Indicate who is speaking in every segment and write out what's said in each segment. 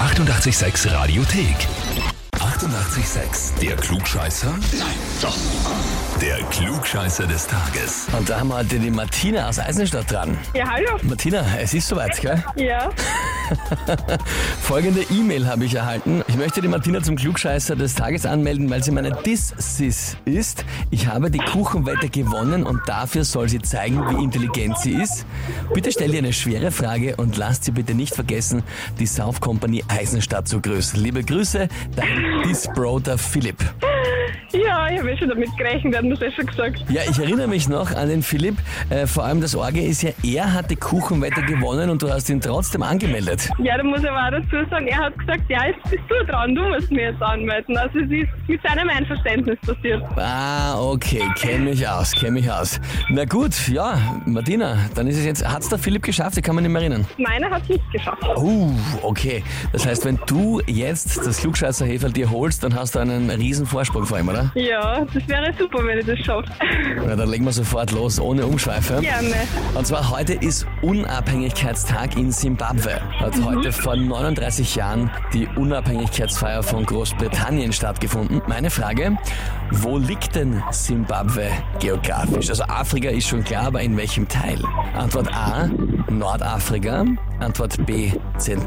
Speaker 1: 886 Radiothek. 88,6. Der Klugscheißer? Nein, doch. Der Klugscheißer des Tages.
Speaker 2: Und da haben wir heute die Martina aus Eisenstadt dran.
Speaker 3: Ja, hallo.
Speaker 2: Martina, es ist soweit, gell?
Speaker 3: Ja,
Speaker 2: Folgende E-Mail habe ich erhalten. Ich möchte die Martina zum Klugscheißer des Tages anmelden, weil sie meine Diss-Sis ist. Ich habe die Kuchenwette gewonnen und dafür soll sie zeigen, wie intelligent sie ist. Bitte stell ihr eine schwere Frage und lasst sie bitte nicht vergessen, die South Company Eisenstadt zu grüßen. Liebe Grüße, dein Diss-Broder Philipp.
Speaker 3: ja, ich habe eh schon damit gerechnet, haben das eh schon gesagt.
Speaker 2: Ja, ich erinnere mich noch an den Philipp. Äh, vor allem das Orge ist ja, er hat die Kuchenwette gewonnen und du hast ihn trotzdem angemeldet.
Speaker 3: Ja, da muss ich aber auch dazu sagen, er hat gesagt, ja, jetzt bist du dran, du musst mir jetzt anmelden. Also es ist mit seinem Einverständnis passiert.
Speaker 2: Ah, okay, kenn mich aus, kenn mich aus. Na gut, ja, Martina, dann ist es jetzt, hat's der Philipp geschafft, ich kann mich nicht mehr erinnern.
Speaker 3: Meiner hat es nicht geschafft.
Speaker 2: Uh, okay. Das heißt, wenn du jetzt das Klugscheißer Heferl dir holst, dann hast du einen riesen Vorsprung vor ihm, oder?
Speaker 3: Ja, das wäre super, wenn ich das schaffe.
Speaker 2: Na, dann legen wir sofort los, ohne Umschweife.
Speaker 3: Gerne.
Speaker 2: Und zwar heute ist Unabhängigkeitstag in Simbabwe. Hat heute vor 39 Jahren die Unabhängigkeitsfeier von Großbritannien stattgefunden. Meine Frage, wo liegt denn Simbabwe geografisch? Also Afrika ist schon klar, aber in welchem Teil? Antwort A, Nordafrika. Antwort B,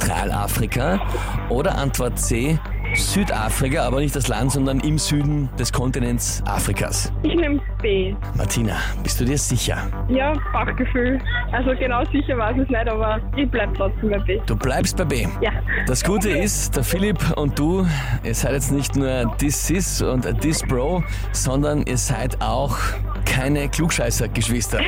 Speaker 2: Zentralafrika. Oder Antwort C, Südafrika, aber nicht das Land, sondern im Süden des Kontinents Afrikas.
Speaker 3: Ich nehme B.
Speaker 2: Martina, bist du dir sicher?
Speaker 3: Ja, Bauchgefühl. Also genau sicher weiß ich es nicht, aber ich bleibe trotzdem bei B.
Speaker 2: Du bleibst bei B.
Speaker 3: Ja.
Speaker 2: Das Gute ist, der Philipp und du, ihr seid jetzt nicht nur This Sis und This Bro, sondern ihr seid auch keine Klugscheißer-Geschwister.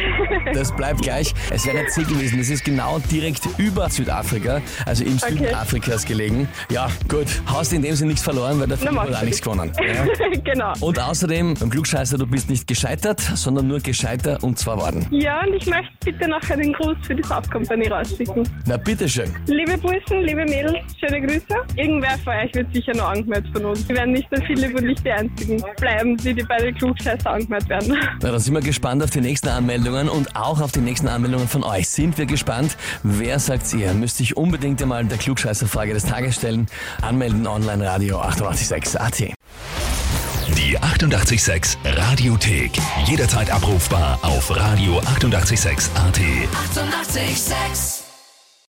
Speaker 2: Das bleibt gleich. Es wäre C gewesen. Es ist genau direkt über Südafrika, also im Süden
Speaker 3: Okay.
Speaker 2: Afrikas gelegen. Ja, gut. Hast in dem Sinne nichts verloren, weil der Philipp
Speaker 3: mach
Speaker 2: hat auch
Speaker 3: ich.
Speaker 2: nichts gewonnen. Ja.
Speaker 3: genau.
Speaker 2: Und außerdem, beim Klugscheißer, du bist nicht gescheitert, sondern nur gescheiter und zwar worden.
Speaker 3: Ja, und ich möchte bitte nachher den Gruß für die Saftkompanie rausschicken.
Speaker 2: Na bitteschön.
Speaker 3: Liebe Burschen, liebe Mädels, schöne Grüße. Irgendwer von euch wird sicher noch angemeldet von uns. Wir werden nicht der Philipp und nicht die Einzigen bleiben, die, die bei den Klugscheißer angemeldet werden.
Speaker 2: Na, dann sind wir gespannt auf die nächsten Anmeldungen und auch auf die nächsten Anmeldungen von euch. Sind wir gespannt? Wer sagt's ihr? Müsst ich unbedingt einmal der Klugscheißerfrage des Tages stellen? Anmelden online Radio 886 AT.
Speaker 1: Die 88,6 Radiothek. Jederzeit abrufbar auf radio886.at. 88,6.
Speaker 4: Eighty-eight, sex.